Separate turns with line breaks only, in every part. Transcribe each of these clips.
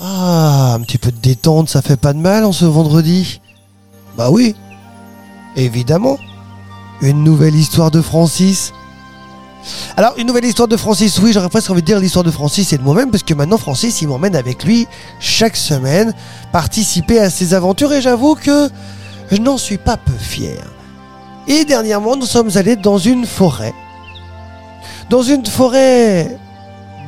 Ah, petit peu de détente, ça fait pas de mal en ce vendredi Bah oui, évidemment. Une nouvelle histoire de Francis. Alors, une nouvelle histoire de Francis, oui, j'aurais presque envie de dire l'histoire de Francis et de moi-même, parce que maintenant, Francis, il m'emmène avec lui chaque semaine participer à ses aventures, et j'avoue que je n'en suis pas peu fier. Et dernièrement, nous sommes allés dans une forêt. Dans une forêt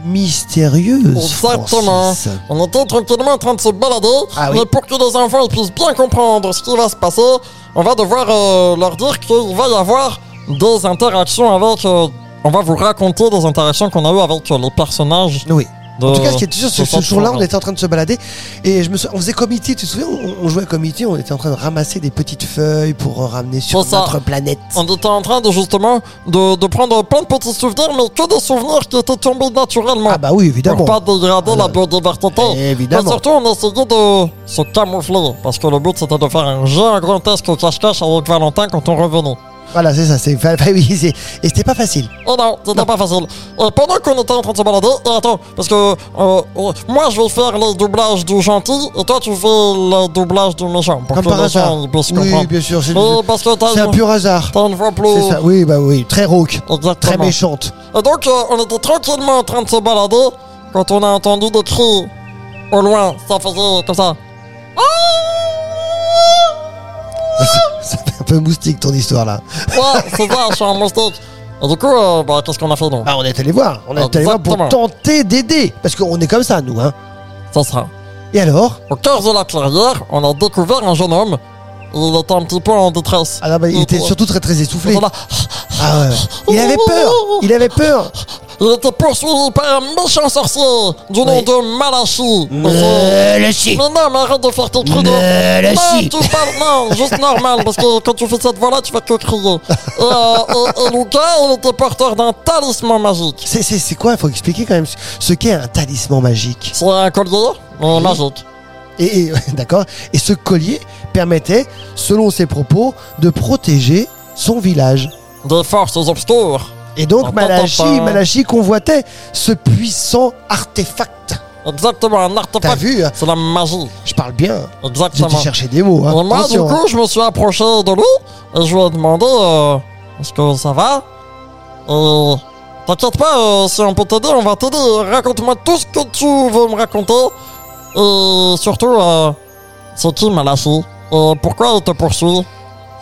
mystérieuse.
Exactement.
Francis.
On était tranquillement en train de se balader,
Ah oui.
mais pour que les enfants ils puissent bien comprendre ce qui va se passer, on va devoir euh, leur dire qu'il va y avoir des interactions avec. euh, on va vous raconter des interactions qu'on a eues avec euh, les personnages.
Oui.
De,
En tout cas, ce qui est sûr, c'est que
de
ce jour-là, on
Sandra.
était en train de se balader et je me souviens, on faisait comité, tu te souviens on, on jouait à comité, on était en train de ramasser des petites feuilles pour euh, ramener sur
C'est ça.
notre planète.
On était en train de justement de, de prendre plein de petits souvenirs, mais que des souvenirs qui étaient tombés naturellement.
Ah bah oui, évidemment.
Pour pas dégrader la
Alors,
biodiversité. Mais
Évidemment.
surtout, on essayait de se camoufler. Parce que le but, c'était de faire un gigantesque cache-cache avec Valentin quand on revenait.
Voilà, c'est ça. C'est, fa- fa- oui, c'est- et c'était pas facile.
Oh non, c'était pas facile. Et pendant qu'on était en train de se balader, et attends, parce que euh, euh, moi je vais faire les doublages du gentil et toi tu fais le doublage du méchant. Pour
Comme
que
par
les
hasard.
gens ils puissent
Oui,
comprendre.
bien sûr. C'est,
Oui, parce que
c'est
t'as
un
une,
pur hasard.
t'as une voix plus.
C'est ça. Oui, bah oui. Très rauque. Très
Exactement.
méchante.
Et donc, euh, on était tranquillement en train de se balader quand on a entendu des cris au loin. Ça faisait comme ça.
Ça fait un peu moustique ton histoire là.
Ouais, c'est ça, je suis un moustique. Et du coup, euh, bah, qu'est-ce qu'on a fait donc
Ah, on est allé voir. On est allé voir pour
Exactement.
tenter d'aider. Parce qu'on est comme ça, nous. Hein.
Ça sera.
Et alors
Au cœur de la clairière, on a découvert un jeune homme. Il était un petit peu en détresse.
ah, non, bah, Il
Il-
était surtout très très essoufflé.
Voilà.
Ah, ouais. Il avait peur. Il avait peur.
Il était poursuivi par un méchant sorcier du nom
Oui.
de Malachi. Euh, Mais
Malachi
non, mais arrête de faire tes cris de...
Malachi
Non, tu parles, non, juste normal, parce que quand tu fais cette voix-là, tu fais que crier. Et, euh, et- et Lucas, il était porteur d'un talisman magique.
C'est- C'est c'est quoi Il faut expliquer quand même ce- ce qu'est un talisman magique.
C'est un collier, mais
Oui.
magique.
Et, et- d'accord. Et ce collier permettait, selon ses propos, de protéger son village.
Des forces obscures.
Et donc
Pam, pam,
Malachi,
pam, pam.
Malachi convoitait ce puissant artefact.
Exactement, un
T'as
artefact.
vu hein
C'est la magie.
Je parle bien. J'ai dû
Exactement.
chercher des mots. hein.
Et moi, du
Attention, hein.
coup, je me suis approché de lui et je lui ai demandé euh, Est-ce que ça va Et T'inquiète pas, euh, si on peut t'aider, on va t'aider. Raconte-moi tout ce que tu veux me raconter. Et surtout, euh, c'est qui Malachi Et pourquoi il te poursuit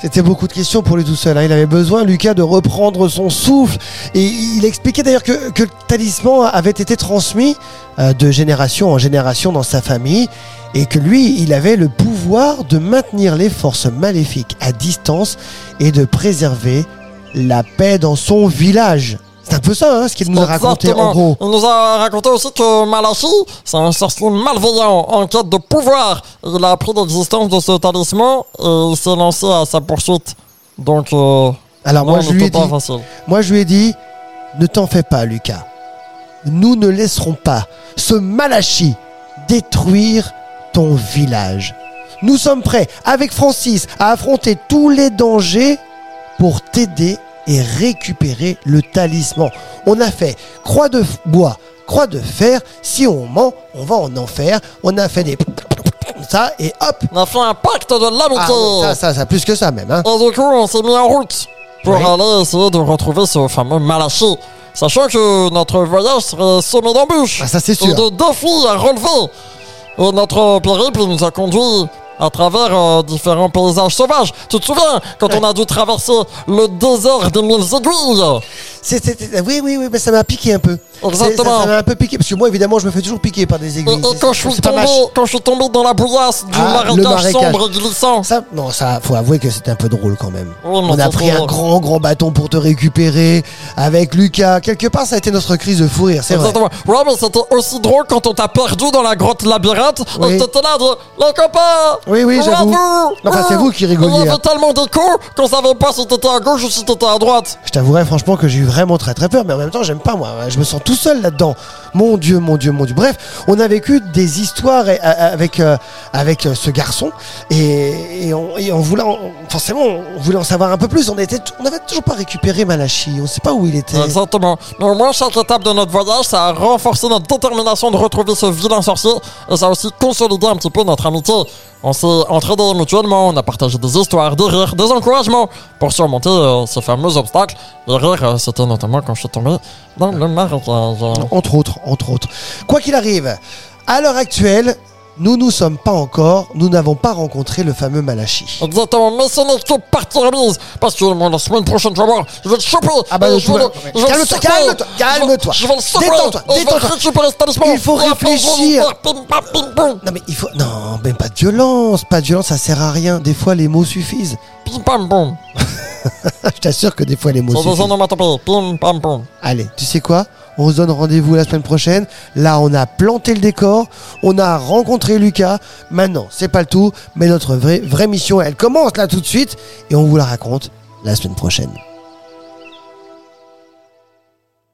C'était beaucoup de questions pour lui tout seul. hein. Il avait besoin, Lucas, de reprendre son souffle. Et il expliquait d'ailleurs que, que le talisman avait été transmis euh, de génération en génération dans sa famille et que lui, il avait le pouvoir de maintenir les forces maléfiques à distance et de préserver la paix dans son village. C'est un peu ça, hein, ce qu'il nous a raconté en
Exactement.
gros.
Il nous a raconté aussi que Malachi, c'est un sorcier malveillant en quête de pouvoir. Il a appris l'existence de ce talisman et il s'est lancé à sa poursuite. Donc, euh,
Alors Ah, moi,
non,
je lui ai
c'était pas
dit,
facile.
Moi, je lui ai dit, ne t'en fais pas, Lucas. Nous ne laisserons pas ce Malachi détruire ton village. Nous sommes prêts, avec Francis, à affronter tous les dangers pour t'aider et récupérer le talisman. On a fait croix de f- bois, croix de fer. Si on ment, on va en enfer. On a fait des... comme ça et hop.
On a fait un pacte de
Ah,
l'amitié.
ça, ça, ça, plus que ça même. Hein.
et du coup, on s'est mis en route pour
Oui.
aller essayer de retrouver ce fameux Malachi. Sachant que notre voyage serait semé d'embûches.
Ah, ça, c'est sûr.
Et de défis à relever. Et notre périple nous a conduit à travers euh, différents paysages sauvages. Tu te souviens quand on a dû traverser le désert des mille aiguilles
C'est- c'est- oui, oui, oui, mais ça m'a piqué un peu.
Exactement.
C'est- Ça ça m'a un peu piqué, parce que moi, évidemment, je me fais toujours piquer par des
Et,
aiguilles.
et
C'est-
Oh, quand, je suis
c'est pas
tombé,
ma ch-
quand je suis tombé dans la bouillasse du
Ah, le
marécage,
marécage.
sombre et glissant.
Ça, non, ça, faut avouer que c'était un peu drôle quand même.
Oh, non,
On a
c'est
pris
drôle.
un grand, grand bâton pour te récupérer avec Lucas. Quelque part, ça a été notre crise de fou rire, c'est vrai.
Exactement. Ouais, mais c'était aussi drôle quand on t'a perdu dans la grotte labyrinthe
Oui.
et que t'étais là, de, les copains
Oui, oui,
on l'a
j'avoue.
vu
Non, enfin, c'est
Ah
vous qui
On
rigoliez,
avait
hein.
tellement des coups qu'on savait pas si t'étais à gauche ou si t'étais à droite.
Je t'avouerai franchement que j'ai eu vraiment très très peur, mais en même temps, j'aime pas moi. Je me sens tout seul là-dedans. Mon Dieu, mon Dieu, mon Dieu. Bref, on a vécu des histoires et- a- a- avec, euh, avec euh, ce garçon et, et on, et on voulait, en- forcément, on voulait en savoir un peu plus. On était, on n'avait toujours pas récupéré Malachi. On sait pas où il était.
Exactement. Mais au moins, chaque étape de notre voyage, ça a renforcé notre détermination de retrouver ce vilain sorcier et ça a aussi consolidé un petit peu notre amitié. On s'est entraînés mutuellement, on a partagé des histoires, des rires, des encouragements pour surmonter euh, ce fameux obstacle. Les rires, euh, c'était notamment quand je suis tombé dans le marécage.
Entre autres, entre autres. Quoi qu'il arrive, à l'heure actuelle, nous nous sommes pas encore, nous n'avons pas rencontré le fameux Malachi.
Exactement, mais ce n'est que partie remise parce que moi, la semaine prochaine, tu vas voir, je vais le choper.
Ah bah,
et
tu
je vais
vas-
le- je vais le
calme-toi,
secouer.
calme-toi, calme-toi.
Je vais le secouer.
Détends-toi,
et je vais
détends-toi.
récupérer cet talisman.
Il faut
Et après, je vais le
réfléchir.
faire pim, pam, pim, pum.
Non mais il faut, non, mais pas de violence, pas de violence, ça sert à rien. Des fois, les mots suffisent.
Pim pam pum.
Je t'assure que des fois, les mots
C'est des
suffisent.
onomatopées. Pim pam pum.
Allez, tu sais quoi On se donne rendez-vous la semaine prochaine. Là, on a planté le décor, on a rencontré Lucas. Maintenant, c'est pas le tout, mais notre vraie, vraie mission, elle commence là tout de suite et on vous la raconte la semaine prochaine.